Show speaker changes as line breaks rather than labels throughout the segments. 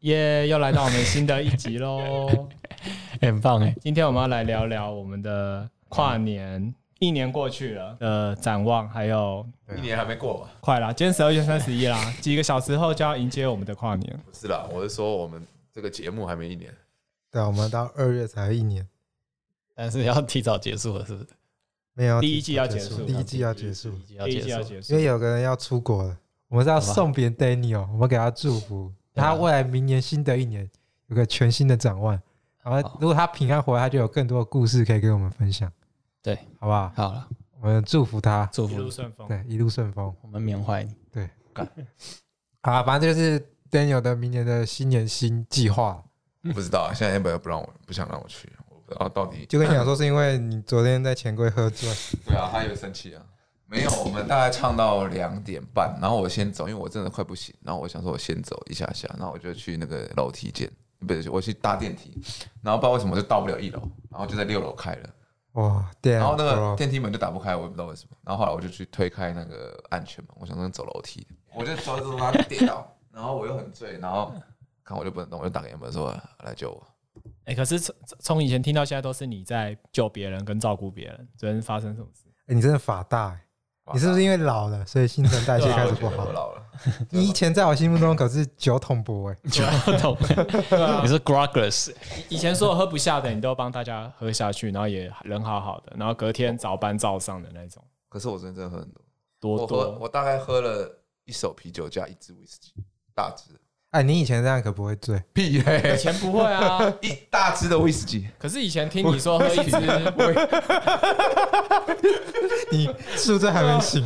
耶、又来到我们新的一集 喽。欸
很棒哎，
今天我们要来聊聊我们的跨年，一年过去了的呃展望，还有
一年还没过吧？
快啦，今天十二月三十一啦，几个小时后就要迎接我们的跨年。
不是啦，我是说我们这个节目还没一年，
对啊，我们到二月才一年，
但是要提早结束了，是不是？
没有
第一季要结束
第一季要结束，
第
第一
一
季
季
要
要结束。
结束
因，为有个人要出国了，我们是要送别 Daniel，我们给他祝福，
对啊
他未来明年新的一年有个全新的展望，然后
好
如果他平安回来，他就有更多的故事可以跟我们分享，
对，
好不好？
好了，
我们祝福他，
祝
一
福
路
你
顺风。
对，一路顺风。
我们缅怀你。
好啊，反正这就是 Daniel 的明年的新年新计划。
不知道啊现在 Amber 不让我，不想让我去，我不知道到底。
嗯就跟你讲说，是因为你昨天在钱柜喝醉，
对啊，他也生气啊。没有，我们大概唱到两点半，然后我先走，因为我真的快不行。然后我想说，我先走一下下，然后我就去那个楼梯间，不是，我去搭电梯，然后不知道为什么就到不了一楼，然后就在六楼开了，
哇，对啊，
然后那个电梯门就打不开，我也不知道为什么。然后后来我就去推开那个安全门，我想说走楼梯，我就走着走着然后跌倒，然后我又很醉，然后看我就不能动，我就打给 Amber 说来救我。
哎、可是从从以前听到现在都是你在救别人跟照顾别人，昨天发生什么 事？
欸你真的发大欸，你是不是因为老了，所以新陈代谢开始不
啊我觉得我
好？
老 了，啊
你以前在我心目中可是酒桶博哎，
酒桶， 对啊
你，是 Grogless，
以前说喝不下的，你都帮大家喝下去，然后也人好好的，然后隔天早班照上的那种，
可是我真的真的喝很多，
多
我喝
多。啊
我大概喝了一手啤酒加一支威士忌，大支的
哎，你以前这样可不会醉，
屁
以
嘞，
前不会啊，
一大支的威士忌，
可是以前听你说喝一支，
你宿醉还没醒，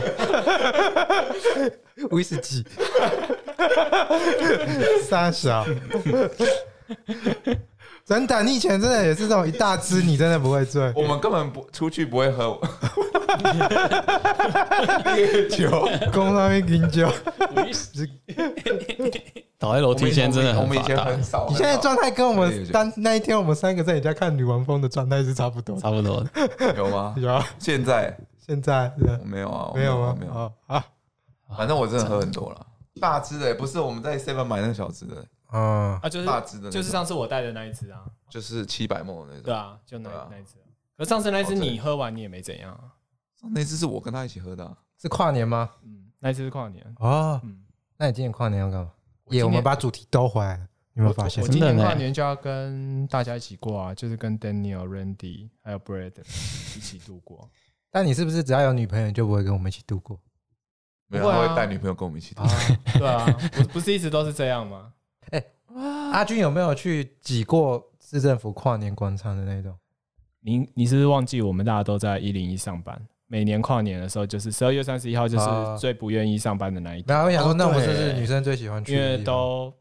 威士忌， 三小，真的，你以前真的也是这种一大支，你真的不会醉。
我们根本不出去不会喝烈酒。
公那边饮酒，
倒在楼梯间真的
我
很
们以
发
前
达
很，少，
你现在状态跟我
烈
们
酒
当那一天我们三个在你家看女王峰的状态是差不多的。
差不多。
有吗？
有啊，
现在
现在
我没有啊，我
没有
啊
吗？
没有。
哦啊，
反正我真的喝很多了，大支的、不是我们在 Seven 买那个小支的、
嗯，
啊，就是
大支的那种，
就是上次我带的那一支啊，
就是七百梦那
对
种。
啊，就那
对啊
那一支。可上次那一支
哦对
你喝完你也没怎样啊，
那支是我跟他一起喝的啊、
是跨年吗？
嗯，那一支是跨年，
哦，
嗯，
那你今年跨年要干嘛？
今
耶，我
年
们把主题兜回来了，你有没有发现
我？今年
哎真的呢
跨年就要跟大家一起过啊，就是跟 Daniel、Randy 还有 Brad 一起度过。
但你是不是只要有女朋友，你就不会跟我们一起度过？
没
不
有，
会啊
他会带女朋友跟我们一起喝。
对啊，不不是一直都是这样吗？
阿军有没有去挤过市政府跨年广场的那种？
您你是不是忘记我们大家都在一零一上班？每年跨年的时候，就是十二月三十一号，就是
啊
最不愿意上班的那一天，
然后我想说，
哦
那我
对
是不是女生最喜欢去
因
的
为
地方？
都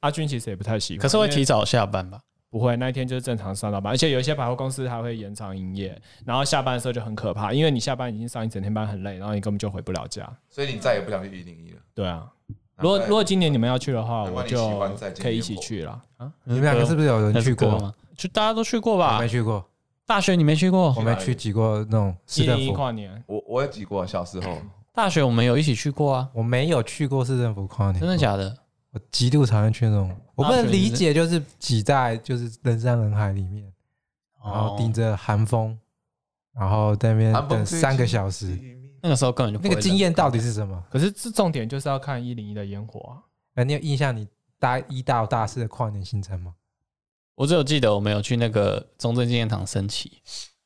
阿军其实也不太喜欢，
可是会
因
提
为
早下班吧？
不会那一天就是正常上到班，而且有一些百货公司还会延长营业，然后下班的时候就很可怕，因为你下班已经上一整天班很累，然后你根本就回不了家。
所以你再也不想去一零一了。
对啊，
难
如果
怪
如果今年你们要去的话，
难
我
怪你
就
喜欢在今
可以一
年
起
过
去了啊。
你们两个是不是有人去
那是歌
过？
吗？就大家都去过
我
吧
没？去过，
大学你没去过
我？没去挤过那种市
一零
政
一
府，
跨年，
我我也挤过、啊，小时候
大学我们有一起去过啊？
我没有去过市政府跨年。
真的？假的？
我极度讨厌去那种，我不
大学
能
你
理
是
解，就是挤在就是人山人海里面，然后
哦
顶着寒风，然后在那边
韩
等
风最
三个
近
小时。
那个时候根本就不
那
会
个经验到底是什么？
可是这重点就是要看一零一的烟火啊。
呃，你有印象你大一到大四的跨年行程吗？
我只有记得我们有去那个中正纪念堂升旗，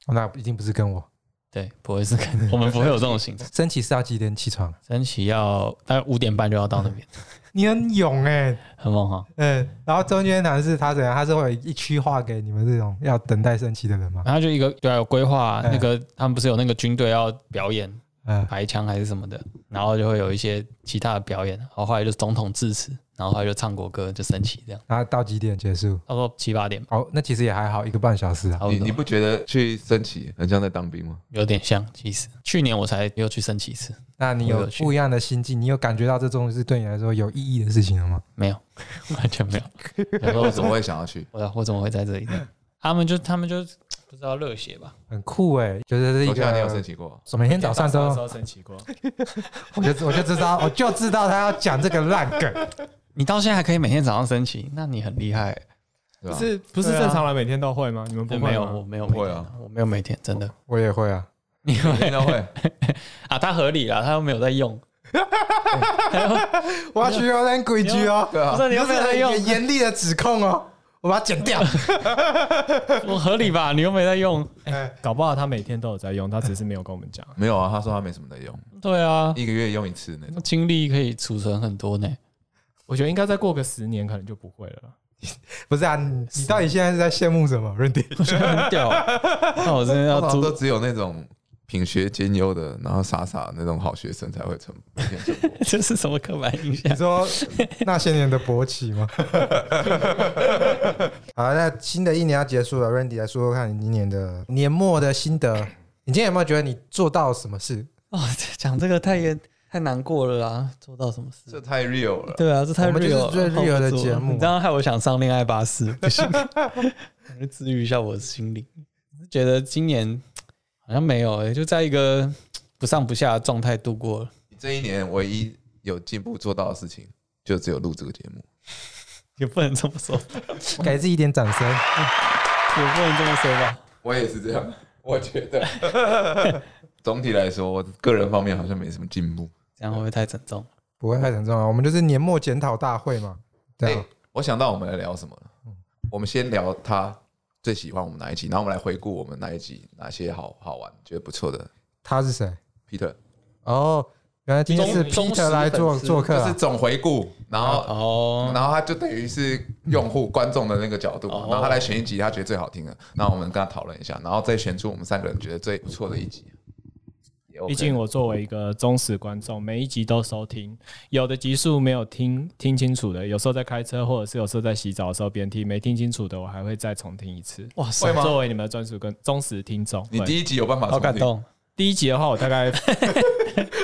哦那一定不是跟我。
对，不会是跟我们不会有这种行程。
升旗是要几点起床？
升旗要大概五点半就要到那 边，
你很勇哎、
很猛哈。
嗯。然后中间堂是他怎样？他是会有一区划给你们这种要等待升旗的人吗？
然后就一个对啊，有规划，
哎
那个他们不是有那个军队要表演
嗯，
排枪还是什么的，然后就会有一些其他的表演，然后后来就总统致辞，然后后来就唱国歌就升旗这样，
然后到几点结束？
差不多七八点吧，
哦，那其实也还好，一个半小时啊。
差不
你你
多
不觉得去升旗很像在当兵 吗？
有点像。其实去年我才又去升旗一次，
那你
我
有
有去
不一样的心境？你有感觉到这东西是对你来说有意义的事情了吗？
没有， 完全没有。我说
为
我
什
怎
么
么
会想要去？
我我怎么会在这里呢？他们就他们就不知道热血吧？
很酷哎、觉得这是一
我看你有申
个。
请过，
我每天早上都，
时候升旗过，
我就我就知道，我就知道他要讲这个烂梗。
你到现在还可以每天早上升旗，那你很厉害、
对
不
吧？
是不是
对啊
正常人每天都会吗？你们不
对，
会
没有，
吗
我没有
不
每
会
天
啊
啊，我没有每天，真的。
我也会啊，
你
每天都会，
啊，他合理啊，他又没有在用，
我要去有点规矩哦。
对啊
不，是你
你
又没有在
很
用，
严厉的指控哦，我把它剪掉。
我合理吧？你又没在用，
哎，
搞不好他每天都有在用，他只是没有跟我们讲。
没有啊，他说他没什么在用，
对啊，
一个月用一次那种。
精力可以储存很多呢。
我觉得应该再过个十年，可能就不会了。
不是啊，你你到底现在是在羡慕什么？Randy，
我觉得很屌，
哦
那我真的要
通常都
租
只有那种品学兼优的，然后傻傻的那种好学生才会成每天成功
这是什么刻板印象
你？说那些年的勃起吗？ 好，那新的一年要结束了，Randy 来说说看你今年的年末的心得。你今天有没有觉得你做到什么事？
哦，讲这个太严太难过了啦，做到什么事？
这太 real 了。
对啊，这太
我
real
们就是
了
最 real 的节目啊
你这样害我想上恋爱巴士，不行，我就治愈一下我的心灵。我觉得今年好像没有诶、就在一个不上不下的状态度过了。
你这一年唯一有进步做到的事情，就只有录这个节目。
也不能这么说，也
给自己一点掌声。
不能这么说吧。
我也是这样，我觉得。 总体来说，我个人方面好像没什么进步。
这样会不会太沉重？
不会太沉重啊，我们就是年末检讨大会嘛。对啊
哎，我想到我们来聊什么了。我们先聊他最喜欢我们哪一集，然后我们来回顾我们哪一集哪些好好玩、觉得不错的。
他是谁？
Peter
哦，原来今天是
忠忠实
Peter 来做
粉丝
做客
就
啊
是总回顾，然后
哦，
然后他就等于是用户观众的那个角度嘛
哦，
然后他来选一集他觉得最好听的，那我们跟他讨论一下，然后再选出我们三个人觉得最不错的一集。也 OK
毕竟我作为一个忠实观众，每一集都收听，有的集数没有听听清楚的，有时候在开车或者是有时候在洗澡的时候边听，没听清楚的我还会再重听一次。
哇
会
塞，
吗
作为你们的专属跟忠实听众，
你
会
第一集有办法
好感
重听，
动。
第一集的话，我大概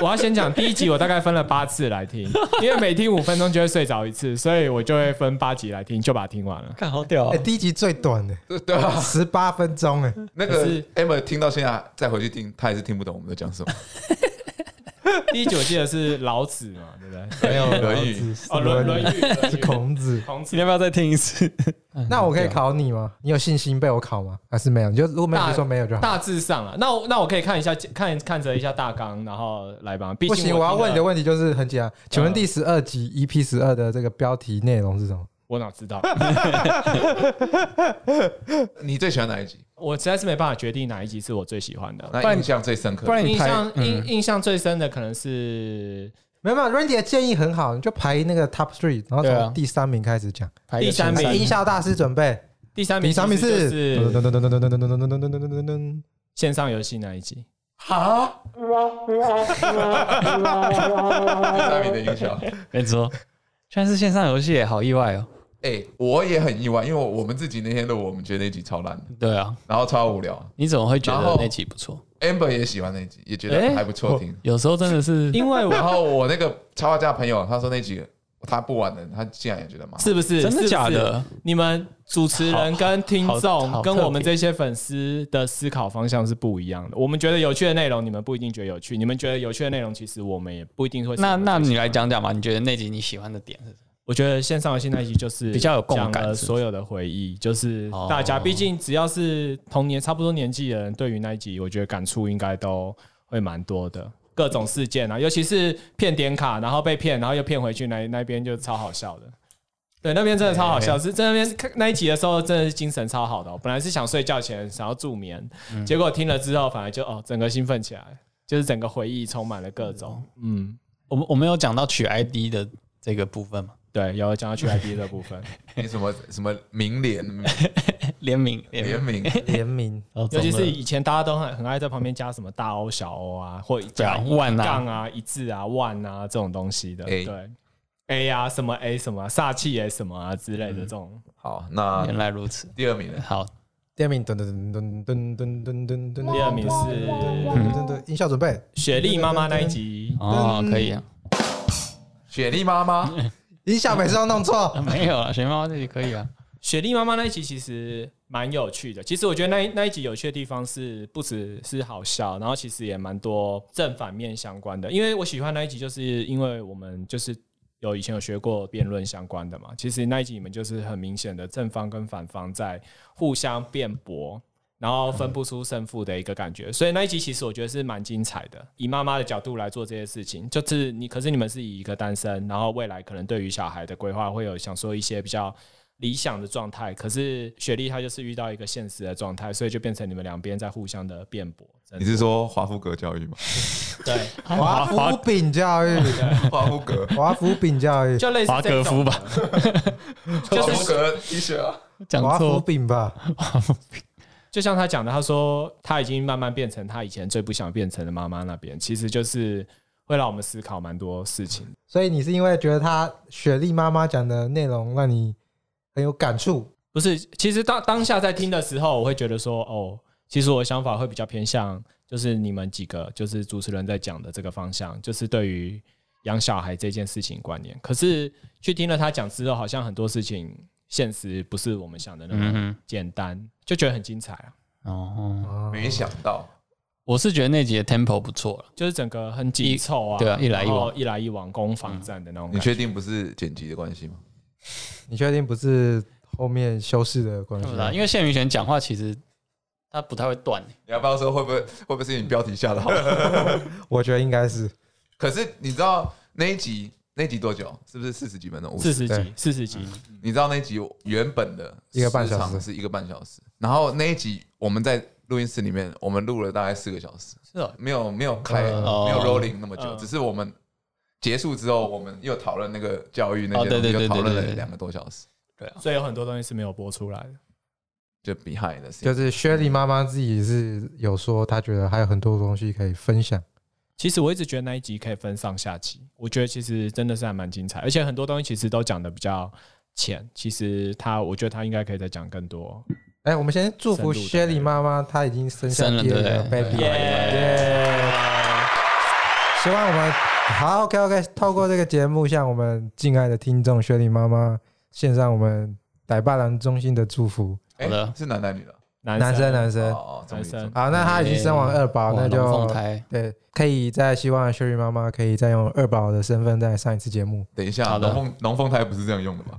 我要先讲第一集，我大概分了八次来听，因为每听五分钟就会睡着一次，所以我就会分八集来听，就把它听 完了。
看好屌、哦
哎，第一集最短的，
对对 啊，
十八分钟哎。
那
可
个
是
Emma 听到现在再回去听，他也是听不懂我们在讲什么。
第一集我记得是老子嘛，对不对？
没有
轮椅
哦，《论论语》《
是孔子。
孔子
你要不要再听一 次？嗯
那我可以考你吗？你有信心被我考吗？还是没有？你就如果没有
大
就说没有就好。
大致上了。那我那我可以看一下，看看着一下大纲，然后来吧。毕
不
竟
行，我要
听了
问你的，问题就是很简单，请问第十二集 EP 十二的这个标题内容是什么？
我哪知道？
你最喜欢哪一集？
我实在是没办法决定哪一集是我最喜欢的。
那印象最深刻
不
的？
然你
印
排
象
嗯
印印象最深的可能是
没有没有，Randy 的建议很好，你就排那个 Top Three，然后
对啊
从第三名开始讲。
排一个
第三
前
名
音效大师准备，
第三名，
第三名
其实
是
就是
噔噔噔噔噔噔噔噔噔噔噔噔噔
线上游戏那一集。
啊，第三名的音 效。
没错，居然是线上游戏耶，好意外哦。
哎，我也很意外，因为我们自己那天录，我们觉得那集超烂的，
对啊，
然后超无聊。
你怎么会觉
然后
得那集不错？
Amber 也喜欢那集，也觉
哎
得还不错听。
有时候真的是
因为
然
我
后我那个插画家朋友，他说那集他不玩的，他竟然也觉得蛮好。
是不是
真
是不
的
是
假的？
你们主持人跟听
好好
众
好
跟我们这些粉丝的思考方向是不一样的。我们觉得有趣的内容，你们不一定觉得有趣；你们觉得有趣的内容，其实我们也不一定会喜
那
欢。
那你来讲讲嘛，你觉得那集你喜欢的点是什么？
我觉得线上游戏那一集就是
比较有共感
讲了
是不是
所有的回忆，就是
哦
大家毕竟只要是同年差不多年纪的人，对于那一集，我觉得感触应该都会蛮多的。各种事件啊，尤其是骗点卡，然后被骗，然后又骗回去，那那边就超好笑的。对，那边真的超好
哎
笑，是在那边看那一集的时候，真的是精神超好的哦、本来是想睡觉前想要助眠，
嗯
结果听了之后，反而就哦，整个兴奋起来，就是整个回忆充满了各种。嗯，
我们我们有讲到取 ID 的这个部分嘛？
对，有讲到去 ID 的部分。
你什么什么名联
联名
联， 名，
联名。
哦
尤其
懂
是
了
以前大家都很很爱在旁边加什么大 O 小 O 啊，或
对
加
啊万啊哎
杠啊、一字啊、万啊这种东西的，
A
对 A 啊什么 A 什么啊煞气 A 什么啊之
嗯
类的这种，
好，那
原来如此。
第二名呢？
好，
第二名，噔噔噔噔噔噔噔噔噔。
第二名是
噔噔噔，音效准备。
雪莉妈妈那一集，
哦，可以啊，
雪莉妈妈，
音效每次都弄错。
没有啊，学猫这集可以啊。
雪莉妈妈那一集其实蛮有趣的。其实我觉得那一那一集有趣的地方是不只是好笑，然后其实也蛮多正反面相关的。因为我喜欢那一集，就是因为我们就是有以前有学过辩论相关的嘛。其实那一集你们就是很明显的正方跟反方在互相辩驳。然后分不出胜负的一个感觉，所以那一集其实我觉得是蛮精彩的。以妈妈的角度来做这些事情，就是你，可是你们是以一个单身，然后未来可能对于小孩的规划会有想说一些比较理想的状态，可是雪莉她就是遇到一个现实的状态，所以就变成你们两边在互相的辩驳。真
你
的
是说华夫格教育吗？
对，
华夫饼教 育，
华夫格，
华夫饼教育，
就类似
华
这
格夫
种，
吧，
就
华
是
夫格 T 恤啊，
讲
华夫
错
饼吧，
就像他讲的，他说他已经慢慢变成他以前最不想变成的妈妈那边，其实就是会让我们思考蛮多事情。
所以你是因为觉得她雪莉妈妈讲的内容让你很有感触，
不是，其实当当下在听的时候，我会觉得说，哦，其实我的想法会比较偏向，就是你们几个，就是主持人在讲的这个方向，就是对于养小孩这件事情观念。可是去听了他讲之后，好像很多事情现实不是我们想的那
嗯
么
哼，
简单，就觉得很精彩啊。
哦，
哦
没想到
我是觉得那集的 tempo 不错了，
就是整个很紧凑啊，
一对啊一来一往
然后一来一往攻防战的那种
你
感觉。
确定不是剪辑的关系吗？
你确定不是后面修饰的关系
对不啊
吗？
对？因为谢明轩讲话其实他不太会断，
你要不要说会不会会不会是你标题下的好？
我觉得应该是
可是你知道那一集那一集多久？是不是四十几分钟？
四十集
对，
四十集，
你知道那一集原本的
一个半小时
时长是一个半小时，然后那一集我们在录音室里面，我们录了大概四个小时，
是哦，
没有没有开、
哦
没有 rolling 那么久，
嗯
只是我们结束之后，我们又讨论那个教育那
哦
些
对
东西，
对对
又讨论
对对
了
对
两个多小时，
啊
所以有很多东西是没有播出来的。
就 behind 的事
就
情。
是雪莉妈妈自己是有说，她觉得还有很多东西可以分享。
其实我一直觉得那一集可以分上下集，我觉得其实真的是还蛮精彩，而且很多东西其实都讲的比较浅。其实他，我觉得他应该可以再讲更多。
哎，我们先祝福
深入的
雪莉妈妈，她已经生下
生了
第二
对
个
不对
baby
耶
耶！希望我们好 OK OK，透过这个节目向我们敬爱的听众雪莉妈妈献上我们傣巴郎中心的祝福。
哎
好的
是男男女的，
男
男
生
生啊
啊
男
哦
生，
哦，终于。
男生
好，那她已经生完二宝，
哇
啊那就
龙凤胎，
对，可以再希望 Sherry 妈妈可以再用二宝的身份再上一次节 目
等一下，
好的
龙凤龙凤胎不是这样用的 吧？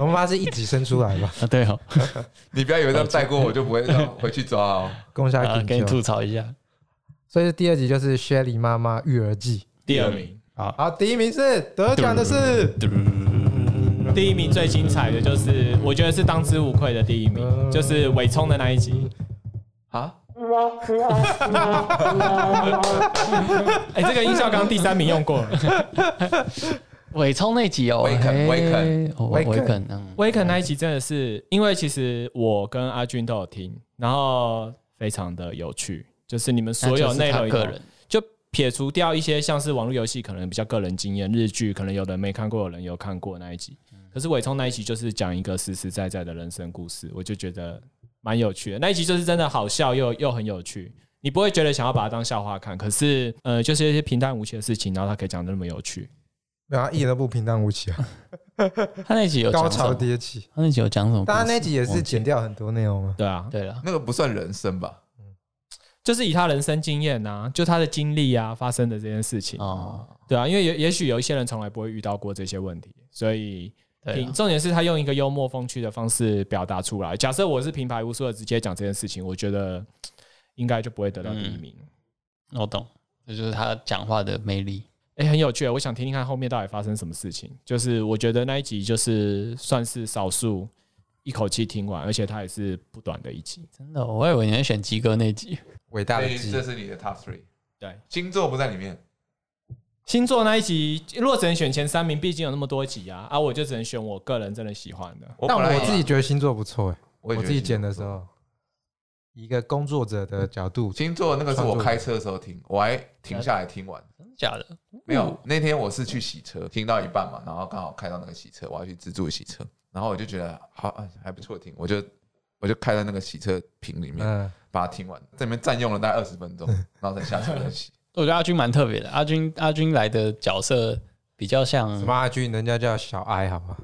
我们妈是一起生出来吧？
啊，对哦，
你不要以为这样带过我就 不会让我回去抓哦。
攻下
啊，
请
给你
求。
吐槽一下，
所以第二集就是 Sherry 妈妈育儿记。
第二名，
好，第一名是得奖的是
嘟
第一名最精彩的就是，我觉得是当之无愧的第一名，就是伟聪的那一集。
啊，
哎、这个音效刚刚第三名用过了。
伟聪那集哦，
威肯
嘿
威肯
哦
威肯
威肯，嗯，
威肯那一集真的是，因为其实我跟阿俊都有听，然后非常的有趣，就是你们所有内容
那
里
就是
头
他个人，
就撇除掉一些像是网络游戏可能比较个人经验，日剧可能有人没看过，有人有看过那一集。
嗯
可是伟聪那一集就是讲一个实实在在的人生故事，我就觉得蛮有趣的。那一集就是真的好笑又又很有趣，你不会觉得想要把它当笑话看，可是呃，就是一些平淡无奇的事情，然后他可以讲得那么有趣。
然后一点都不平淡无奇啊，
他那集有
高
讲什
潮
么？
迭起。
他那集有讲什么故事？
当然那集也是剪掉很多内容嘛。
对啊，
对了，
那个不算人生吧？
就是以他人生经验啊，就他的经历啊发生的这件事情，
哦，
对啊，因为也也许有一些人从来不会遇到过这些问题，所以
对啊
平
啦，
重点是他用一个幽默风趣的方式表达出来。假设我是平白无故的直接讲这件事情，我觉得嘖应该就不会得到第一
嗯
名。
我懂，这就是他讲话的魅力。
哎、很有趣，我想听听看后面到底发生什么事情。就是我觉得那一集就是算是少数一口气听完，而且它也是不短的一集。
真的，我以为你会选鸡哥那集，
伟大
所
的
以
鸡
这是你的 top three，
对，
星座不在里面。
星座那一集，如果只能选前三名，毕竟有那么多集啊，啊，我就只能选我个人真的喜欢的。
我
但
本来
啊
啊
我自己觉得星座不错哎，我
我也觉得
自己
星座
剪的时候，以一个工作者的角度，
星座那个是我开车的时候听，我还停下来听完。
真的假的？
嗯
没有，那天我是去洗车，听到一半嘛，然后刚好开到那个洗车，我要去自助洗车，然后我就觉得好啊还不错听，我就我就开到那个洗车瓶里面
嗯，
把它听完，这里面占用了大概 二十分钟，然后再下车再洗。
我觉得阿军蛮特别的，阿军阿军来的角色比较像
什么阿军，人家叫小哀，好吗？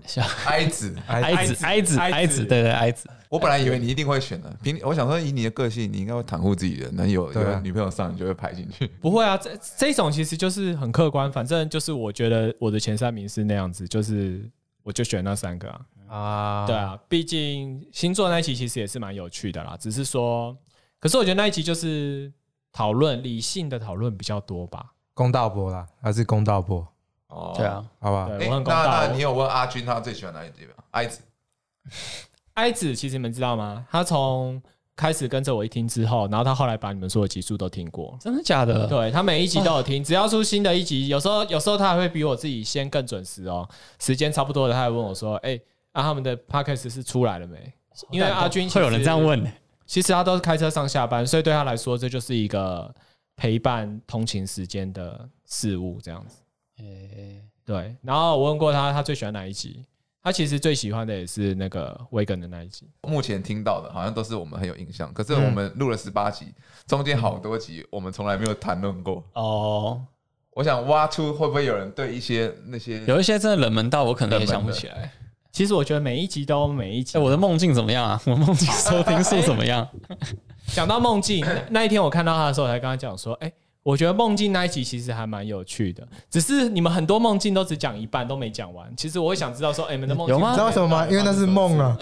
哀子，
哀
子
子，
哀
哀子，
子
哀子，对对，哀子。
我本来以为你一定会选的，凭我想说以你的个性，你应该会袒护自己的，那有
对啊
有女朋友上，你就会排进去。
不会啊，这这种其实就是很客观，反正就是我觉得我的前三名是那样子，就是我就选那三个啊。
啊，
对，啊，毕竟星座那一期其实也是蛮有趣的啦，只是说，可是我觉得那一期就是讨论理性的讨论比较多吧。
公道伯啦，他是公道伯，
哦
对。啊，
好不好？
对，
哎
我很公哦
那
道
那。你有问阿军他最喜欢哪一集吗？哀子，
哀子其实你们知道吗？他从开始跟着我一听之后，然后他后来把你们所有集数都听过。
真的假的？
对他每一集都
啊
有听，只要出新的一集，有时候有时候他还会比我自己先更准时哦。时间差不多了，他还问我说：“哎、啊他们的 podcast 是出来了没？”
哦
因为阿军
会有人这样
问。
问呢，
其实他都是开车上下班，所以对他来说，这就是一个陪伴通勤时间的事物，这样子。
诶
对，然后我问过他，他最喜欢哪一集？他其实最喜欢的也是那个威根的那一集。
目前听到的好像都是我们很有印象，可是
嗯
我们录了十八集，中间好多集我们从来没有谈论过。
哦，
我想挖出会不会有人对一些那些
有一些真的冷门到我可能也
冷门
想不
的
起来。
其实我觉得每一集都每一集
哎，。我的梦境怎么样啊？ 我梦境收听数怎么 样？
讲到梦境那那一天，我看到他的时候，我才跟他讲说：“哎、我觉得梦境那一集其实还蛮有趣的，只是你们很多梦境都只讲一半，都没讲完。其实我会想知道说，哎、你们的梦境
有吗
你知道为什么吗？因为那是梦啊，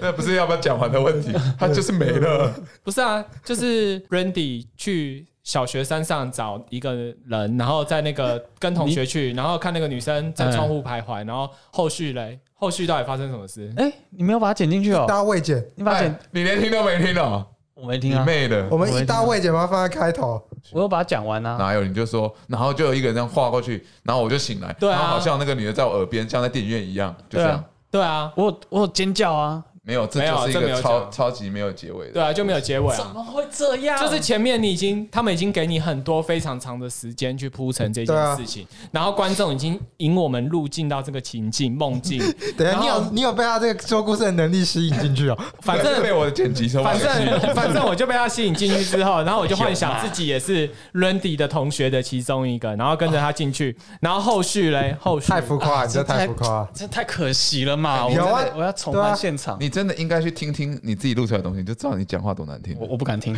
那不是要不要讲完的问题，他就是没 了。哎
不是啊，就是 Randy 去小学山上找一个人，然后在那个跟同学 去，然后看那个女生在窗户徘徊，然后后续嘞，后续到底发生什么事？
哎，你没有把它剪进去哦
一？刀未剪，
你把它
哎
剪，
你连听都没听哦，
我没
你
听啊，
妹的
我！们一刀未剪把它放在开头，
我有把它讲完啊。
哪有你就说，然后就有一个人这样划过去，然后我就醒来，
对啊
然后好像那个女的在我耳边，像在电影院一样，就这样
对，
对啊，
我有我有尖叫啊！
没有，这
没有
就是一
这没有
个超
讲
超级没有结尾的。
对啊，就没有结尾
怎
啊。
么会这样？
就是前面你已经，他们已经给你很多非常长的时间去铺陈这件事情，然后观众已经引我们入进到这个情境梦境，
等一下，
然
你
后
有你有被他这个说故事的能力吸引 进去哦。
反正
被我的剪辑手法
反
给吸引
正反正我就被他吸引进去之后，然后我就幻想自己也是 Randy 的同学的其中一个，然后跟着他进去，然后后续嘞，后续
太浮夸，你这太浮夸。啊
这太可惜了嘛！我
有啊
真的我要重
对啊
看现场，
你真的应该去听听你自己录出来的东西，你就知道你讲话多难听。
我我不 敢听，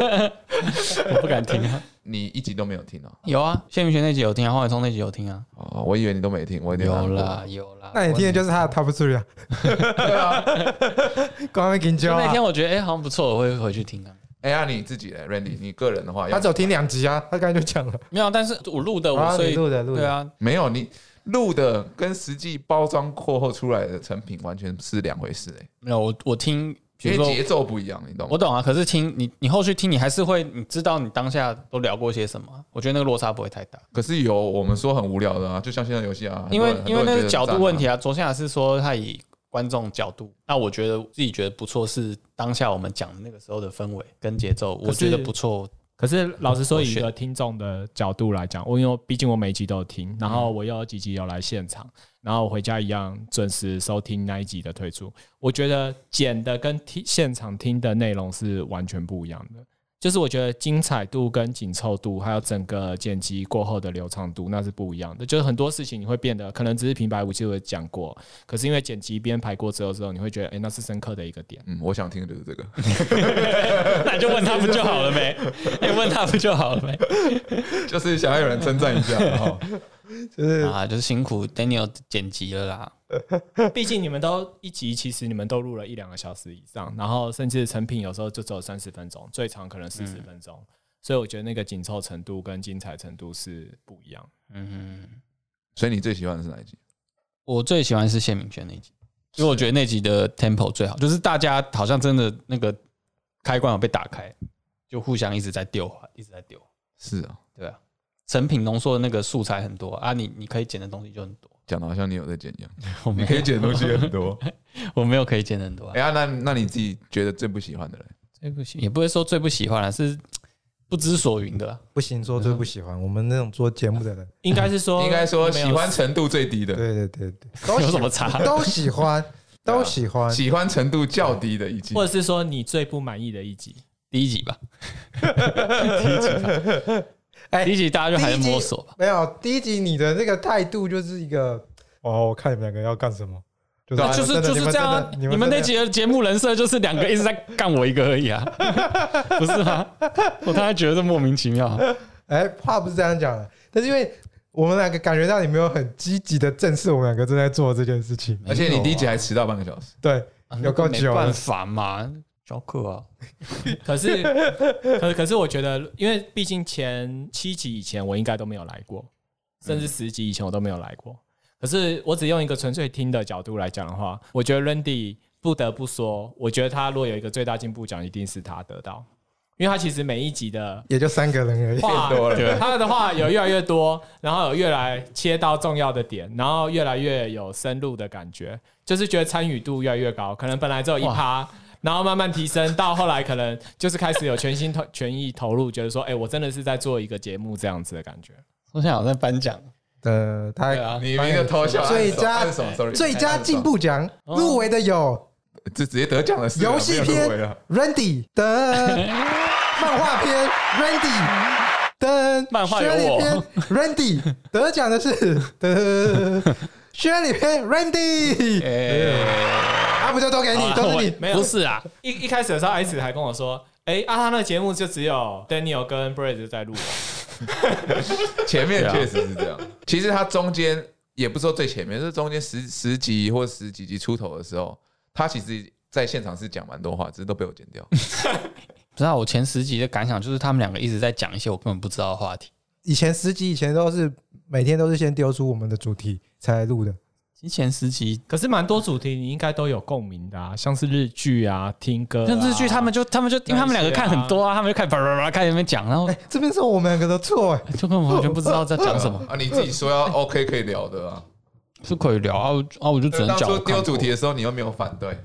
我不敢听啊。
你一集都没有听哦，
有啊，谢明轩那集有听啊，黄伟聪那集有听啊，
哦，我以为你都没听，我有
啊
点
有
了。
啦有啦。
那你听的就是他的 top three 啊，对啊，光面金
我
秋
那
啊
天，我觉得哎、好像不错，我会回去听啊。
哎呀，你自己嘞，Randy，你个人的话，
他
要
只有听两集啊，他刚才就讲了，
没有，但是我录的，我
啊
所以
你录的录的
对啊，
没有你录的跟实际包装过后出来的成品完全是两回事哎，
没有我我听，比
因
如
为
说
节奏不一样，你懂
我
吗？
懂啊，可是听你你后续听，你还是会你知道你当下都聊过些什么啊，我觉得那个落差不会太大，
可是有我们说很无聊的啊，就像现在游戏啊，
因为
很多
因为那是角度问，
很多人觉得很赞
题
啊
啊。昨天还是说他以观众角度，那我觉得自己觉得不错是当下我们讲的那个时候的氛围跟节奏，
可
我
是
觉得不错。
可是老实说，
我
以一
选
个听众的角度来讲，我因为毕竟我每一集都有听，然后我又有几集有来现场，然后我回家一样准时收听那一集的推出。我觉得剪的跟听现场听的内容是完全不一样的，就是我觉得精彩度跟紧凑度，还有整个剪辑过后的流畅度，那是不一样的。就是很多事情你会变得可能只是平白无奇我讲过，可是因为剪辑编排过之后之后，你会觉得哎、诶那是深刻的一个点。
嗯，我想听的就是这个。
那你就问他不就好了没？ 哎、问他不就好了没？
就是想要有人称赞一 下，哦、
就是
啊，就是辛苦 Daniel 剪辑了啦。
毕竟你们都一集，其实你们都录了一两个小时以上，然后甚至成品有时候就只有三十分钟，最长可能四十分钟，所以我觉得那个紧凑程度跟精彩程度是不一样。
嗯，
所以你最喜欢的是哪一集？
我最喜欢是谢明轩那一集，因为我觉得那集的 tempo 最好，就是大家好像真的那个开关有被打开，就互相一直在丢话，一直在丢，
是啊，
对啊。成品浓缩的那个素材很多啊，你你可以剪的东西就很多，
讲的好像你有在剪一样，
我没
你
有
可以剪的东西也很多。
我没有可以剪的很多、啊
哎。呀，那那你自己觉得最不喜欢的嘞？
最不喜也不会说最不喜欢了，啊是不知所云的啊、
不行，说最不喜欢我们那种做节目的人，
应该是说，
应该说喜欢程度最低的，
哦对对对对， 都
有
喜
什么差？ 啊
都喜欢，都喜欢，
喜欢程度较低的一 集
或。者是 说你最不满意的一集。
第一集吧，
哎
第一集大家就还在摸索吧。
没有第一集你的那个态度就是一个，哦，我看你们两个要干什么，就
那
是
就是
真的
就
你
是
们
这样
真
啊
的！
你
们真
们
的
那集的节目人设就是两个一直在干我一个而 已啊，不是吗？我突然觉得莫名其妙。啊
哎，话不是这样讲的，但是因为我们两个感觉到你没有很积极的正视我们两个正在做这件事情，
而且你第一集还迟到半个小时，
对， 有够
没
久
办
了，
法嘛，教课啊。
可是，可可是我觉得，因为毕竟前七集以前我应该都没有来过，甚至十集以前我都没有来过。可是我只用一个纯粹听的角度来讲的话，我觉得 Randy 不得不说，我觉得他如果有一个最大进步奖，一定是他得到，因为他其实每一集的
也就三个人而已。
话
多了
对 他的话有越来越多，然后有越来切到重要的点，然后越来越有深入的感觉，就是觉得参与度越来越高。可能本来只有一趴，然后慢慢提升，到后来可能就是开始有全心投全意投入，觉得说，哎、我真的是在做一个节目这样子的感觉。
我想我在颁奖，
呃，他
对啊，
你一个偷笑。
最佳
按手按手，sorry，
最佳进步奖
哦
入围的有
这直接得奖的是啊
啊
游戏篇 Randy 的，漫画篇 Randy 的，
漫画有我
Randy 得奖的是的，薛礼篇 Randy
哎，
啊，不就都给你，都是你。
没有
不是啊，
一一开始的时候，S 还跟我说，哎、啊，他那个节目就只有 Daniel 跟 Brad 在录哦，
前
啊
面确实是这样。其实它中间也不是说最前面，就是中间十十集或十几集出头的时候，他其实在现场是讲蛮多话，只是都被我剪掉。
不知啊道我前十集的感想就是他们两个一直在讲一些我根本不知道的话题。
以前十集以前都是每天都是先丢出我们的主题才录的，
其实前十集，
可是蛮多主题你应该都有共鸣的啊，像是日剧啊、听歌、啊，
像日剧他们就他们就因为他们两个看很多啊，他们就开始叭叭叭开始在那边讲，然后
哎这边是我们两个都错哎、
就根本完全不知道在讲 什么，
啊？你自己说要 OK 可以聊的啊。
是可以聊啊我啊，我就 只能
当
讲
初
我看
丢
过
主题，的时候，你又没有反对，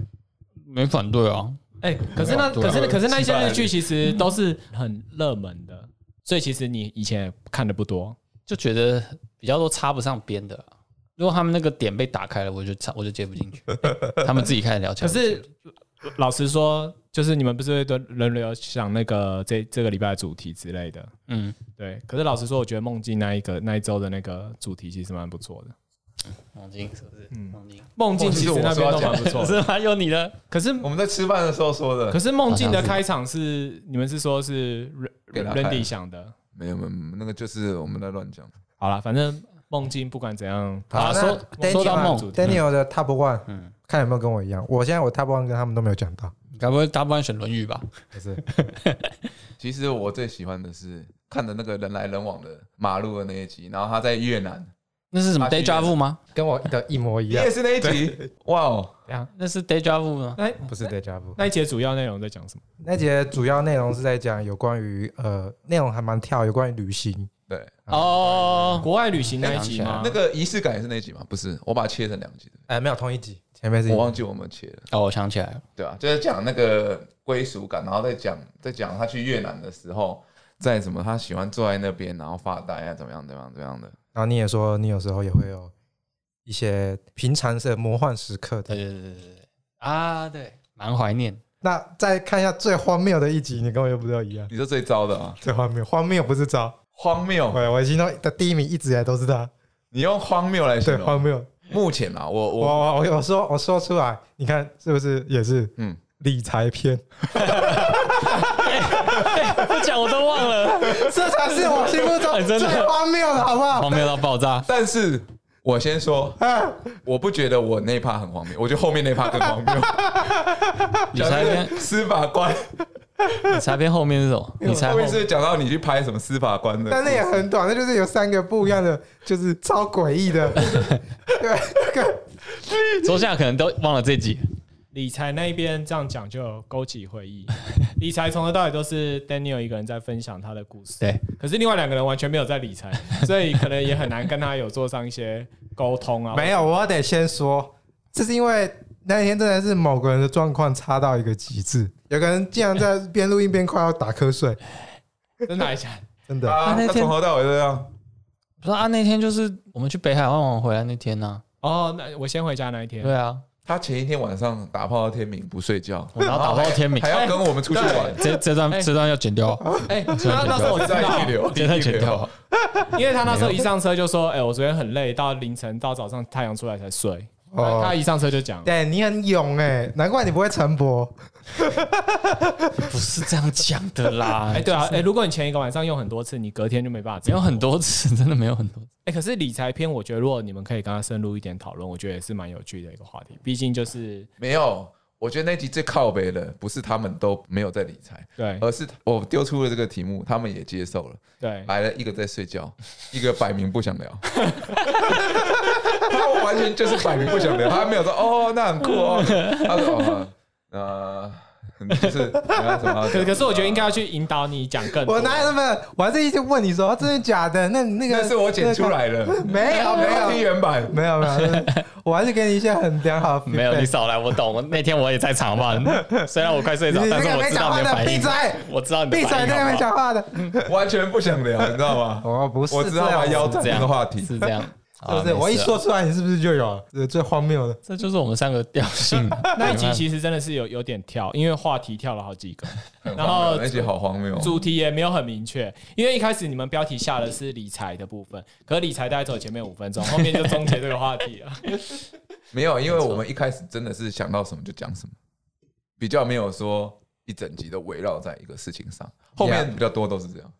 没反对啊，
哎、可是那
对
可
啊
是可是那一些
七八
日剧其实都是很热门的，所以其实你以前也看的不多。
就觉得比较多插不上边的啊。如果他们那个点被打开了，我就插我就接不进去，他们自己开始聊起
可
来。
是老实说，就是你们不是会都轮流想那个这这个礼拜的主题之类的，
嗯，
对。可是老实说，我觉得梦境那一个那一周的那个主题其实蛮不错的。
王晶是不是？王晶
梦境其实那边都蛮不错的，
是吗？有你的
可是
我们在吃饭的时候说
可
的。
是梦境的开场是你们是说是 Ren-
给他开
Randy 想的，
没有没有，没有那个就是我们在乱讲。
好了，反正梦境不管怎样，
啊，
那
说
Daniel-
说到
主
梦，
题
Daniel 的 Top One，
嗯
看有没有跟我一样，我现在我 Top One 跟他们都没有讲到，
你该不会大部分选《论语》吧？
不是
其实我最喜欢的是看着那个人来人往的马路的那一集，然后他在越南，
那是什么
啊
day job 吗？
跟我的一模一
你
样
也，是那一集， 哇哦！
那是 day job 吗？
那
不是 Deja vu。
那一节主要内容在讲什么？
那节主要内容是在讲有关于呃，内容还蛮跳，有关于旅行。
对，
哦，
国外旅行那一集吗？
啊
那个仪式感也是那一集吗？不是，我把它切成两集，
哎、没有同一集，前面是一
我
集
忘记我们切了。
哦，我想起来了，
对啊，就是讲那个归属感，然后再讲再讲他去越南的时候，在什么他喜欢坐在那边，然后发呆啊，怎么样怎么样怎么样的。
然后你也说你有时候也会有一些平常是魔幻时刻的
对。对对对对对啊，对，蛮怀念。
那再看一下最荒谬的一集，你跟我又不都一样。
你说最糟的啊，
最荒谬，荒谬不是招，
荒谬，
对，我心中的第一名一直以来都是他。
你用荒谬来
对，
形
荒
容。
谬。
目前啊，我
我我
我
我我说我说出来，你看是不是也是
嗯，
理财篇？
不讲我都忘 了，
这才是我心目中
哎真的
最荒谬的，好不好？
荒谬哦到爆炸。
但是我先说，
啊
我不觉得我那一趴很荒谬，我觉得后面那一趴更荒 谬。
理财篇，
司法官，
理财篇后面是什么？理财
后
后
面
面
是讲到你去拍什么司法官的，
但那也很短，那就是有三个不一样的，就是超诡异的。对，那个
桌下可能都忘了这集。
理财那一边这样讲就有勾起回忆。理财从头到尾都是 Daniel 一个人在分享他的故事，
对，
可是另外两个人完全没有在理 财，所以可能也很难跟他有做上一些沟通啊。
没有，我得先说，这是因为那天真的是某个人的状况差到一个极致，有个人竟然在边录音边快要打瞌睡，
有，真的一下，
真的。
啊，
那
他
天
从头到尾都这样。
不是啊，那天就是我们去北海湾玩回来那天呢、
哦，那我先回家那一天，
对啊，
他前一天晚上打炮到天明不睡觉，
我然后打炮到天明
还要跟我们出去玩，
这这段
哎
这段要剪掉，
哎、那那时候我知
在
道
一，流，
这段剪掉。
因为他那时候一上车就说：“哎、我昨天很累，到凌晨到早上太阳出来才睡。
哦
他一上车就讲，
对你很勇哎、难怪你不会晨勃。
不是这样讲的啦
哎、，对啊，哎、如果你前一个晚上用很多次，你隔天就没办法这
没有
样。
很多次，真的没有很多次。
哎、可是理财篇，我觉得如果你们可以跟他深入一点讨论，我觉得也是蛮有趣的一个话题。毕竟就是
没有。我觉得那集最靠北的不是他们都没有在理财，
对
哎
而是我丢出了这个题目，他们也接受了。
对，
来了一个在睡觉， 一个摆明不想聊，他完全就是摆明不想聊，他没有说哦，那很酷哦，他说哦，呃，就是那什么，
可可是我觉得应该要去引导你讲更多。
我哪有那么？我还是一直问你说真的假的？那你那个
那是我剪出，来的，
没有没有
没有 听原版，
没有没有，就是我还是给你一些很良好的 feedback。
嗯没有，你少来，我懂。我那天我也在场嘛，虽然我快睡着
你，
但
这个
是我
没
知道
讲话
你的
的，
反
闭
应
嘴。！
我知道你的
闭嘴！
反
那
应好
个
不
没
好
讲话的，
完全不想聊，你知道吗？
哦，不是
我知道
这样
他
子
要
是
转这
这
个
样
话题，
是这样，
是不是？
好
我一，
没事
说
啊
出来，你是不是就有了？这最荒谬的。
这就是我们三个调性。
那一集其实真的是有有点跳，因为话题跳了好几个，
很
然
荒谬
后
那集好荒谬，哦
主题也没有很明确。因为一开始你们标题下的是理财的部分，可是理财大概走前面五分钟，后面就终结这个话题了。
没有，因为我们一开始真的是想到什么就讲什么，比较没有说一整集都围绕在一个事情上，后面
Yeah
比较多都是这样。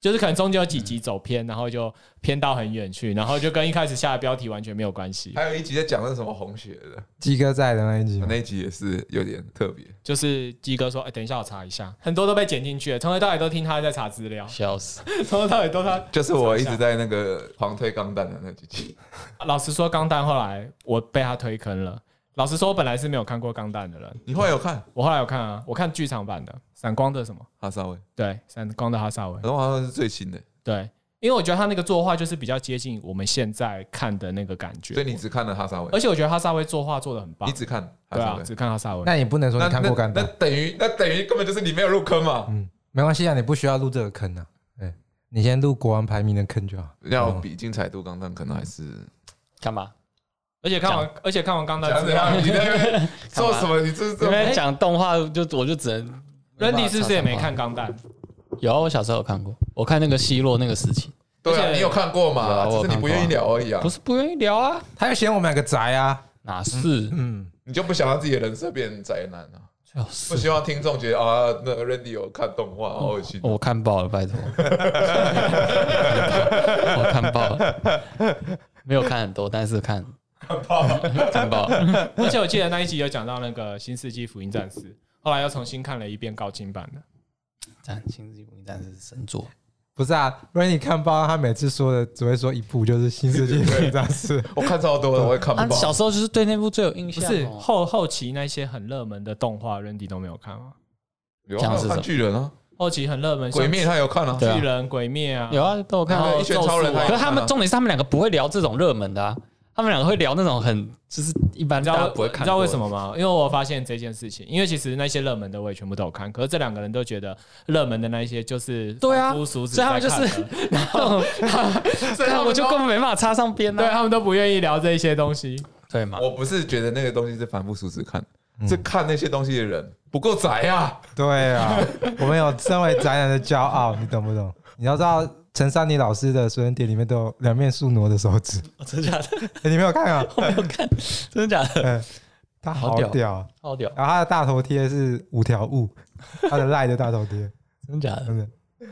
就是可能中间有几集走偏，然后就偏到很远去，然后就跟一开始下的标题完全没有关系。
还有一集在讲那什么红血的，
鸡哥在的那一集吗，
那一集也是有点特别。
就是鸡哥说：“哎、等一下，我查一下。”很多都被剪进去了，从头到尾都听他在查资 料，
笑死！
从头到尾都他。
就是我一直在那个狂推钢弹的那几集，
老实说，钢蛋后来我被他推坑了。老实说，我本来是没有看过钢蛋的人，
你后来有看
我后来有看啊，我看剧场版的《闪光的什么》，
哈萨维？
对，《闪光的哈萨维》，
然后好像是最新的，
对，因为我觉得他那个作画就是比较接近我们现在看的那个感觉，
所以你只看了哈萨维
而，且我觉得哈萨维作画做的很棒
你，只看哈
哎对
萨
啊，
维。
只看哈萨维。
那也不能说
那
你看过干
那
的
那，等于那等于根本就是你没有入坑嘛，
没关系啊，你不需要入这个坑啊。哎，你先入国王排名的坑就好。
要比精彩度，钢弹可能还是
干嘛？
而且看完，而且看完钢弹
讲
之
怎
后
啊样？你在那边说什么？你这是
因
这
为讲动画就我就只能。
，Randy 是不是也没看？钢弹？
有啊，我小时候有看过，我看那个希洛那个时期，
对
而
啊，
且
你有看过
有啊
嘛？
我有
只是你不愿意聊而已啊
不，是不愿意聊啊，
他又嫌我们两个宅啊，
哪是？
嗯，
你就不想让自己的人设变成宅男啊？
笑
不
死！
希望听众觉得啊，那个 Randy 有看动画，好恶心。啊
我看爆了，拜托，我看爆了，没有看很多，但是看看爆，看爆，
而且我记得那一集有讲到那个《新世纪福音战士》，后来又重新看了一遍高清版的。
战星际福音战士是神作，
不是啊。r a n y 看包，他每次说的只会说一部，就是新世纪的战 士。
我看超多的，我也看不
啊，
饱。
小时候就是对那部最有印
不
象
是
哦，
后后期那些很热门的动画，Randy 都没有看吗？
有
这样
啊
是什么
看巨人啊，
后期很热门，
鬼灭他有看啊，
对啊
巨人、鬼灭啊，
有啊，都有看
那
啊。
个一拳超人
可
有
是他
看
们
啊
重点是他们两个不会聊这种热门的啊，他们两个会聊那种很就是一般
你知
大家
道
不
你
会看。
知道为什？么吗？因为我发现这件事情，因为其实那些热门的我也全部都有看，可是这两个人都觉得热门的那一些就是
对啊
凡夫俗子
所以他们
在看的，
然 后
所以他们
啊我就
都
根本没办法插上边
对
啊，
他们都不愿意聊这些东西。
对嘛？
啊我不是觉得那个东西是反复数字看，是
嗯
看那些东西的人不够宅啊。
对啊，我们有身为宅男的骄傲，你懂不懂？你要知道，陈珊妮老师的随身碟里面都有两面竖挪的手指，
真的假的？
欸你没有看 啊？
我没有看，真的假的？
嗯，他好
好屌
屌啊，
好屌，
然后他的大头贴是五条悟， 他的赖的大头贴，
真的假的？
真的。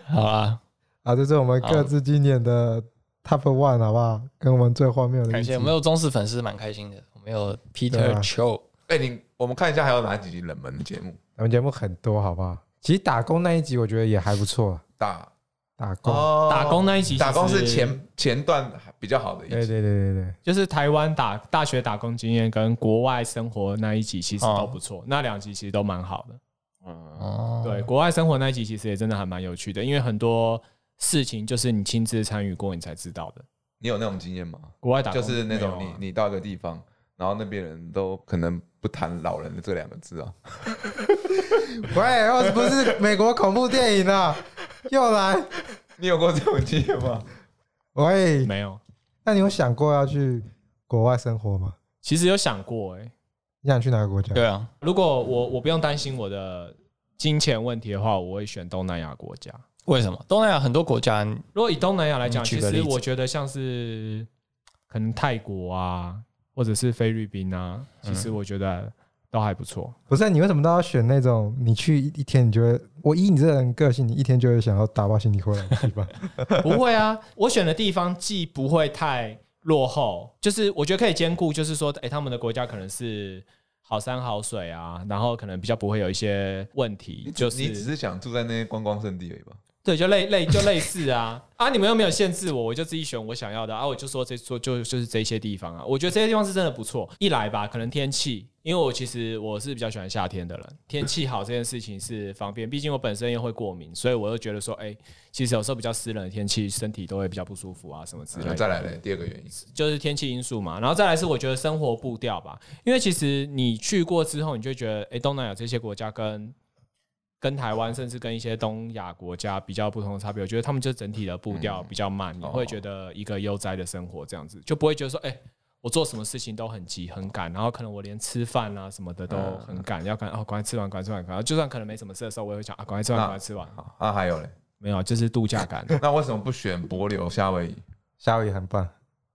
好啊，
啊，这是我们各自今年的 Top One，好不好？跟我们最荒谬的
感
一集
谢我。们有忠实粉丝，蛮开心的。我们有
对
Peter
啊
Cho，
哎，你我们看一下还有哪几集冷门的节目？
我们节目很多，好不好？其实打工那一集我觉得也还不错，
打
打工。
哦
打工那一集，
打工是前前段比较好的一
对
集，
对对对对，
就是台湾打大学打工经验跟国外生活那一集其实都不错，那两集其实都蛮好的。
嗯，
哦，
对，，啊国外生活那一集其实也真的还蛮有趣的，因为很多事情就是你亲自参与过你才知道的。
你有那种经验吗？
国外打
就
工
是那种
没有啊
你你到一个地方，然后那边人都可能不谈老人的这两个字啊，
喂，我不是美国恐怖电影 啊，又来。
你有过这种经验吗？
喂，
没有，
那你有想过要去国外生活吗？
其实有想过哎、
你想去哪个国家？
对啊，
如果我我不用担心我的金钱问题的话，我会选东南亚国家。
为什么东南亚很多国家
如果以东南亚来讲，
嗯
其
举个例
实
子
我觉得像是可能泰国啊，或者是菲律宾啊，其
嗯
实我觉得都还不错。
不是你为什么都要选那种你去一天你就会，我以你这个人个性，你一天就会想要打包行李回来的地方？
不会啊，我选的地方既不会太落后，就是我觉得可以兼顾，就是说，哎、他们的国家可能是好山好水啊，然后可能比较不会有一些问题
你，
就
只你只
是
是想住在那些观光圣地而已吧？
对，就类类就类似啊啊，你们又没有限制我，我就自己选我想要的啊，我就说这说就就是这些地方啊，我觉得这些地方是真的不错。一来吧，可能天气。因为我其实我是比较喜欢夏天的人，天气好这件事情是方便，毕竟我本身又会过敏，所以我又觉得说，哎、其实有时候比较湿冷的天气，身体都会比较不舒服啊，什么之类的。
再来嘞，第二个原因，
就是天气因素嘛，然后再来是我觉得生活步调吧，因为其实你去过之后，你就觉得，诶，东南亚这些国家跟跟台湾，甚至跟一些东亚国家比较不同的差别，我觉得他们就整体的步调比较慢，你会觉得一个悠哉的生活这样子，就不会觉得说，诶，我做什么事情都很急很赶，然后可能我连吃饭啊什么的都很赶，要赶哦，赶快吃完，赶快吃完，赶快，就算可能没什么事的时候，我也会想啊，赶快吃完，
那
赶快吃完，
好，啊那还有嘞，
没有，啊就是度假感。
那为什么不选帛琉、夏威夷？
夏威夷很棒，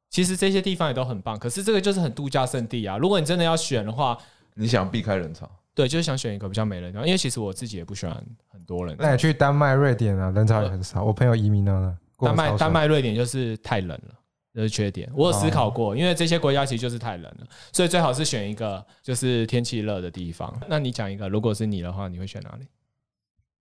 其实这些地方也都很棒，可是这个就是很度假胜地啊。如果你真的要选的话，
你想避开人潮？
对，就是想选一个比较没人的地方，因为其实我自己也不喜欢很多人。
那你去丹麦、瑞典啊，人潮也很少。我朋友移民到那，过
丹
得
麦、
超爽
丹麦、瑞典就是太冷了，这是缺点。我有思考
哦
过，因为这些国家其实就是太冷了，所以最好是选一个就是天气热的地方。那你讲一个，如果是你的话，你会选哪里？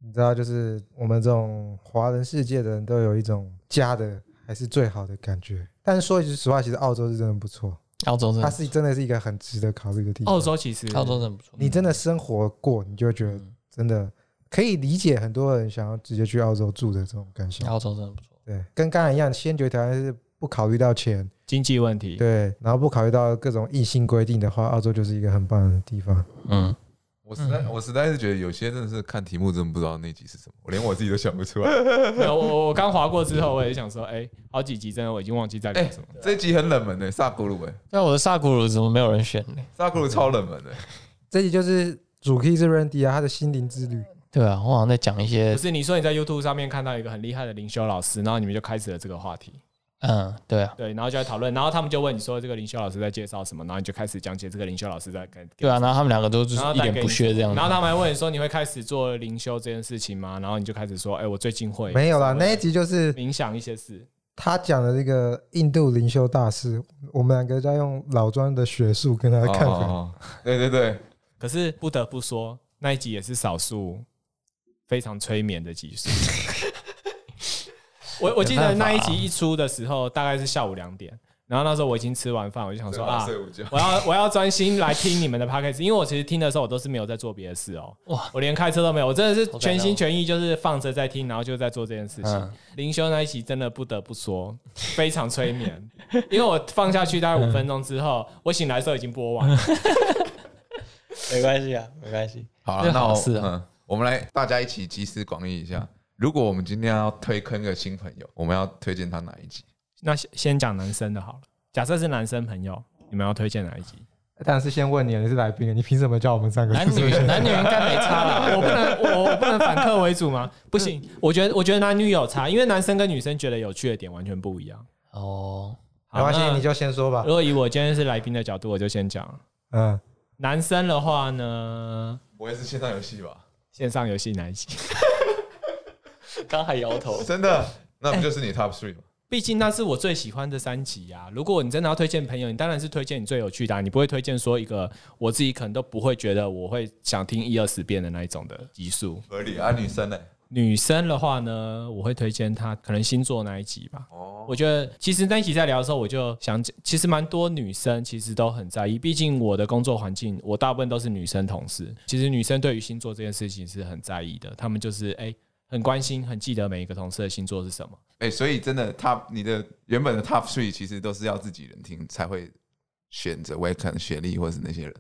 你知道，就是我们这种华人世界的人都有一种家的还是最好的感觉。但是说一句实话，其实澳洲是真的不错，
澳洲真
它
的
是真的是一个很值得考虑的地
嗯
方。
澳，洲其实
澳洲真的不错，
你真的生活过，你就会觉得
嗯
真的可以理解很多人想要直接去澳洲住的这种感受。
澳洲真的不错，
对，跟刚才一样，先决条件是不考虑到钱，
经济问题，
对，然后不考虑到各种硬性规定的话，澳洲就是一个很棒的地方。
嗯，
我实在、我实在是觉得有些真的是看题目真的不知道那集是什么，我连我自己都想不出来。
没有我我我刚划过之后，我也想说，哎、好几集真的我已经忘记
哎
在聊什么了。
这一集很冷门的、萨古鲁哎，
那啊我的萨古鲁怎么没有人选呢？
萨古鲁超冷门的、
这集就是主 key 是 Randy 啊，他的心灵之旅。
对啊，我好像在讲一些
不是你说你在 YouTube 上面看到一个很厉害的灵修老师，然后你们就开始了这个话题。
嗯，对啊，
对，然后就在讨论，然后他们就问你说这个灵修老师在介绍什么，然后你就开始讲解这个灵修老师在跟。
对啊，然后他们两个都就是
然后
一
带
脸
给
不
你
屑这样
然后，
子
他们还问你说你会开始做灵修这件事情吗？然后你就开始说，哎、我最近会
没有啦，
了
那一集就是
冥想一些事，
他讲的这个印度灵修大师，我们两个在用老庄的学术跟他的看法。
哦对对对，
可是不得不说那一集也是少数非常催眠的集数。 我我记得
没办法啊
那一集一出的时候大概是下午两点，然后那时候我已经吃完饭，我就想说
最好
啊，
睡午觉。
我要我要专心来听你们的 podcast，因为我其实听的时候我都是没有在做别的事哦，
哇
哇，我连开车都没有，我真的是
感动
全心全意就是放着在听，然后就在做这件事情
嗯。
灵修那一集真的不得不说非常催眠，因为我放下去大概五分钟之后，我醒来的时候已经播完了。
没关系啊，没关系，
好
这
了，
个
那
好
我
事啊
嗯，我们来大家一起集思广益一下。如果我们今天要推坑个新朋友，我们要推荐他哪一集？
那先先讲男生的好了，假设是男生朋友，你们要推荐哪一集？
但是先问你，你是来宾，你凭什么叫我们三个？
男女男女应该没差啦，
我不能，我我不能反客为主吗？不行，我觉得我觉得男女有差，因为男生跟女生觉得有趣的点完全不一样。
哦，
好
没关
那
系，你就先说吧
如。果以我今天是来宾的角度，我就先讲
嗯，
男生的话呢，
不会是线上游戏吧？
线上游戏哪一集？
刚还摇头，
真的，那不就是你 top three 吗？
毕竟那是我最喜欢的三集啊。如果你真的要推荐朋友，你当然是推荐你最有趣的、啊，你不会推荐说一个我自己可能都不会觉得我会想听一二十遍的那一种的集数。
合理啊，女生呢？
女生的话呢，我会推荐她可能星座那一集吧。
哦，
我觉得其实那一集在聊的时候，我就想，其实蛮多女生其实都很在意，毕竟我的工作环境，我大部分都是女生同事。其实女生对于星座这件事情是很在意的，她们就是哎、很关心，很记得每一个同事的星座是什么。
哎、所以真的 top 你的原本的 top three 其实都是要自己人听才会选择，我也可能学历或是那些人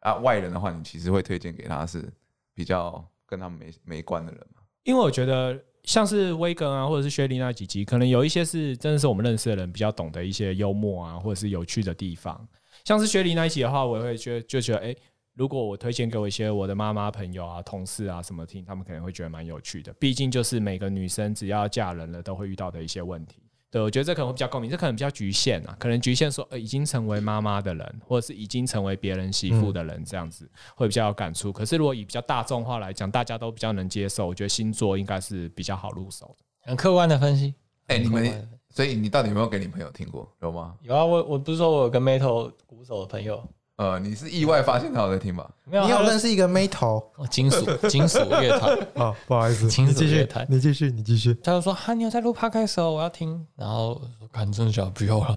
啊，外人的话，你其实会推荐给他是比较跟他们没没关的人嘛。
因为我觉得像是威根啊，或者是薛林那几集，可能有一些是真的是我们认识的人比较懂得一些幽默啊，或者是有趣的地方。像是薛林那一集的话，我也会觉得就觉得，哎、如果我推荐给我一些我的妈妈朋友啊、同事啊什么听，他们可能会觉得蛮有趣的。毕竟就是每个女生只要嫁人了，都会遇到的一些问题。对，我觉得这可能会比较共鸣，这可能比较局限啊，可能局限说，呃，已经成为妈妈的人，或者是已经成为别人媳妇的人，这样子、会比较有感触。可是如果以比较大众化来讲，大家都比较能接受，我觉得星座应该是比较好入手
嗯
的。
很客观的分析。
哎，你
很客观
们
地，
所以你到底有没有给你朋友听过？有吗？
有啊，我我不是说我有个 metal 鼓手的朋友，
呃，你是意外发现他有在听吧？
没有啊，
你有
他
认识一个妹头？
就哦金 属金属乐团，
哦，不好意思，
亲
你
子
继
乐
续
坛，
你继续，你继续。
他就说哈，你有在录 podcast 哦，我要听。然后我说看真的假的，不要了。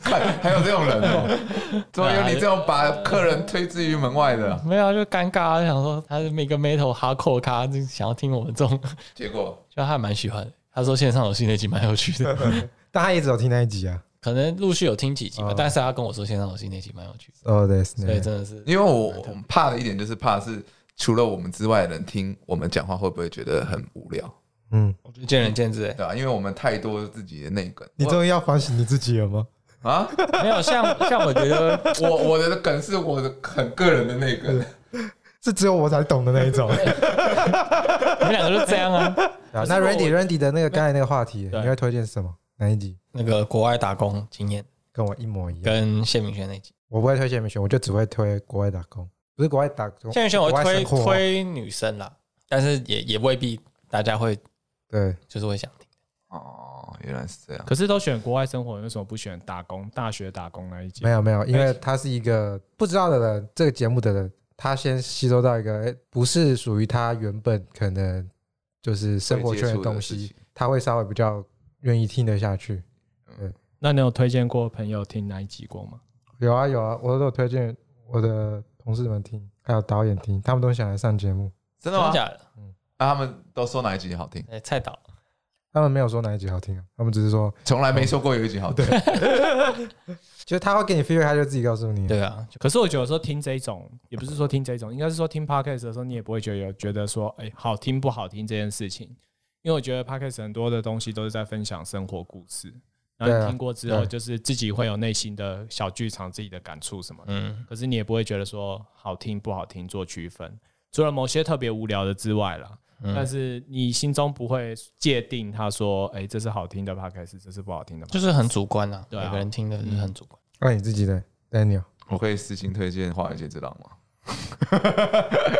看，还有这种人哦，怎么有你这种把客人推之于门外的啊？
没有啊，就尴尬啊，就想说他是每个 metal 哈扣咖，就想要听我们这种，
结果
就他还蛮喜欢的。他说线上游戏那集蛮有趣 的，
但他也只有听那一集啊。
可能陆续有听几集吧
哦，
但是他跟我说线上游戏那集蛮有趣的，
哦，对，所
所以真的是
因为我我怕的一点就是怕是除了我们之外的人听我们讲话会不会觉得很无聊，
嗯，
我觉得见仁见智哎
对吧、因为我们太多自己的内梗。
你
我
终于要反省你自己了吗？
啊，。
没有像像我觉得
我我的梗是我的很个人的内 梗，
是只有我才懂的那一 种。
你们两个就这样啊，
啊
可是
那
我
Randy Randy 的那个刚才那个话题，
对
你会推荐什么？哪一集？
那个国外打工经验
跟我一模一样。
跟谢明轩那集，
我不会推荐美学，我就只会推国外打工，不是国外打工。
谢明轩我
国
会
外
推
生活
推女生啦，但是也也未必大家会
对，
就是会想听。
哦，原来是这样。
可是都选国外生活，为什么不选打工、大学打工那一集
没？有没
哎
有，因为他是一个不知道的人，这个节目的人，他先吸收到一个诶不是属于他原本可能就是生活圈的东西
会接触的事情，
他会稍微比较愿意听得下去。
那你有推荐过朋友听那一集过吗？
有啊有啊，我都有推荐我的同事们听，还有导演听，他们都想来上节目，
真的吗
真的？假的？
那、他们都说哪一集好听？
哎，蔡
嗯
导，
他们没有说哪一集好听啊，他们只是说，
从来没说过有一集好听。
嗯就是他会给你 feedback，他就自己告诉你。
对啊，就
可是我觉得说听这一种，也不是说听这一种，应该是说听 podcast 的时候，你也不会觉得有觉得说，哎、好听不好听这件事情。因为我觉得 podcast 很多的东西都是在分享生活故事，然后
对
你
啊
听过之后，
对
就是自己会有内心的小剧场、自己的感触什么的。
嗯，
可是你也不会觉得说好听不好听做区分，除了某些特别无聊的之外啦。
嗯
但是你心中不会界定他说，哎、这是好听的 podcast，这是不好听的 podcast。
就是很主观啊，
对啊
每个人听的就是很主观。
那哦你自己的 Daniel
我可以私信推荐《华尔街之狼》吗？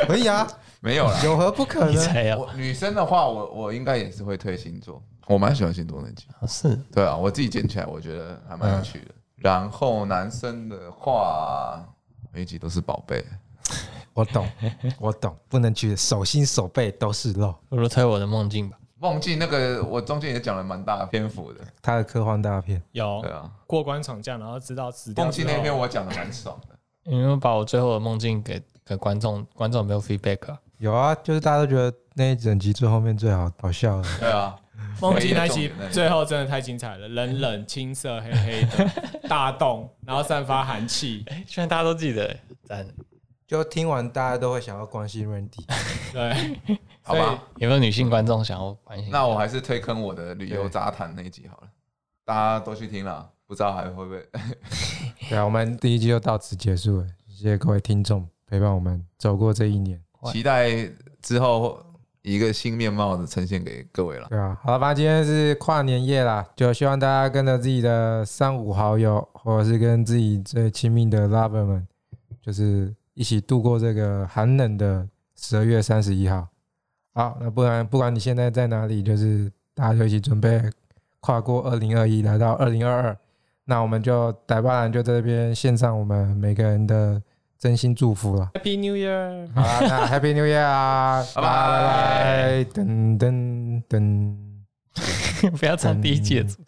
可以啊，
没有啦。
有何不可
你
呢？
才要
我女生的话，我我应该也是会推星座，我蛮喜欢星座那集。
嗯
是
对啊，我自己捡起来，我觉得还蛮有趣的。然后男生的话，每一集都是宝贝。
我 懂，我懂，不能去，手心手背都是肉。
不如推我的梦境吧。
忘记那个，我中间也讲了蛮大的篇幅的。
他的科幻大片，
有
对啊，
过关闯将，然后知道死掉
忘
之
记
后。
那篇我讲的蛮爽的。
你们把我最后的梦境给给观众，观众有没有 feedback 啊？
有啊，就是大家都觉得那一整集最后面最好好笑了。
对啊，
梦境那集
回忆的重点那里
最后真的太精彩了，冷冷、青色、黑黑的大洞，然后散发寒气，
哎，居然大家都记得，赞！
就听完大家都会想要关心 Randy，
对，
好吧，
有没有女性观众想要关心？
那我还是推坑我的旅游杂谈那一集好了，大家都去听了，不知道还会不会？
对啊，我们第一季就到此结束了，谢谢各位听众陪伴我们走过这一年。
哇
期待之后一个新面貌的呈现给各位了。
对啊，好了，反正今天是跨年夜啦，就希望大家跟着自己的三五好友，或者是跟自己最亲密的 lover 们，就是一起度过这个寒冷的十二月三十一号。好，那不然不管你现在在哪里，就是大家就一起准备跨过二零二一，来到二零二二。那我们就逮巴兰就在这边献上我们每个人的真心祝福了。
Happy New Year。
好啦，那 Happy New Year 啊！
拜
拜
拜
拜，噔噔噔。
不要唱第一季的主题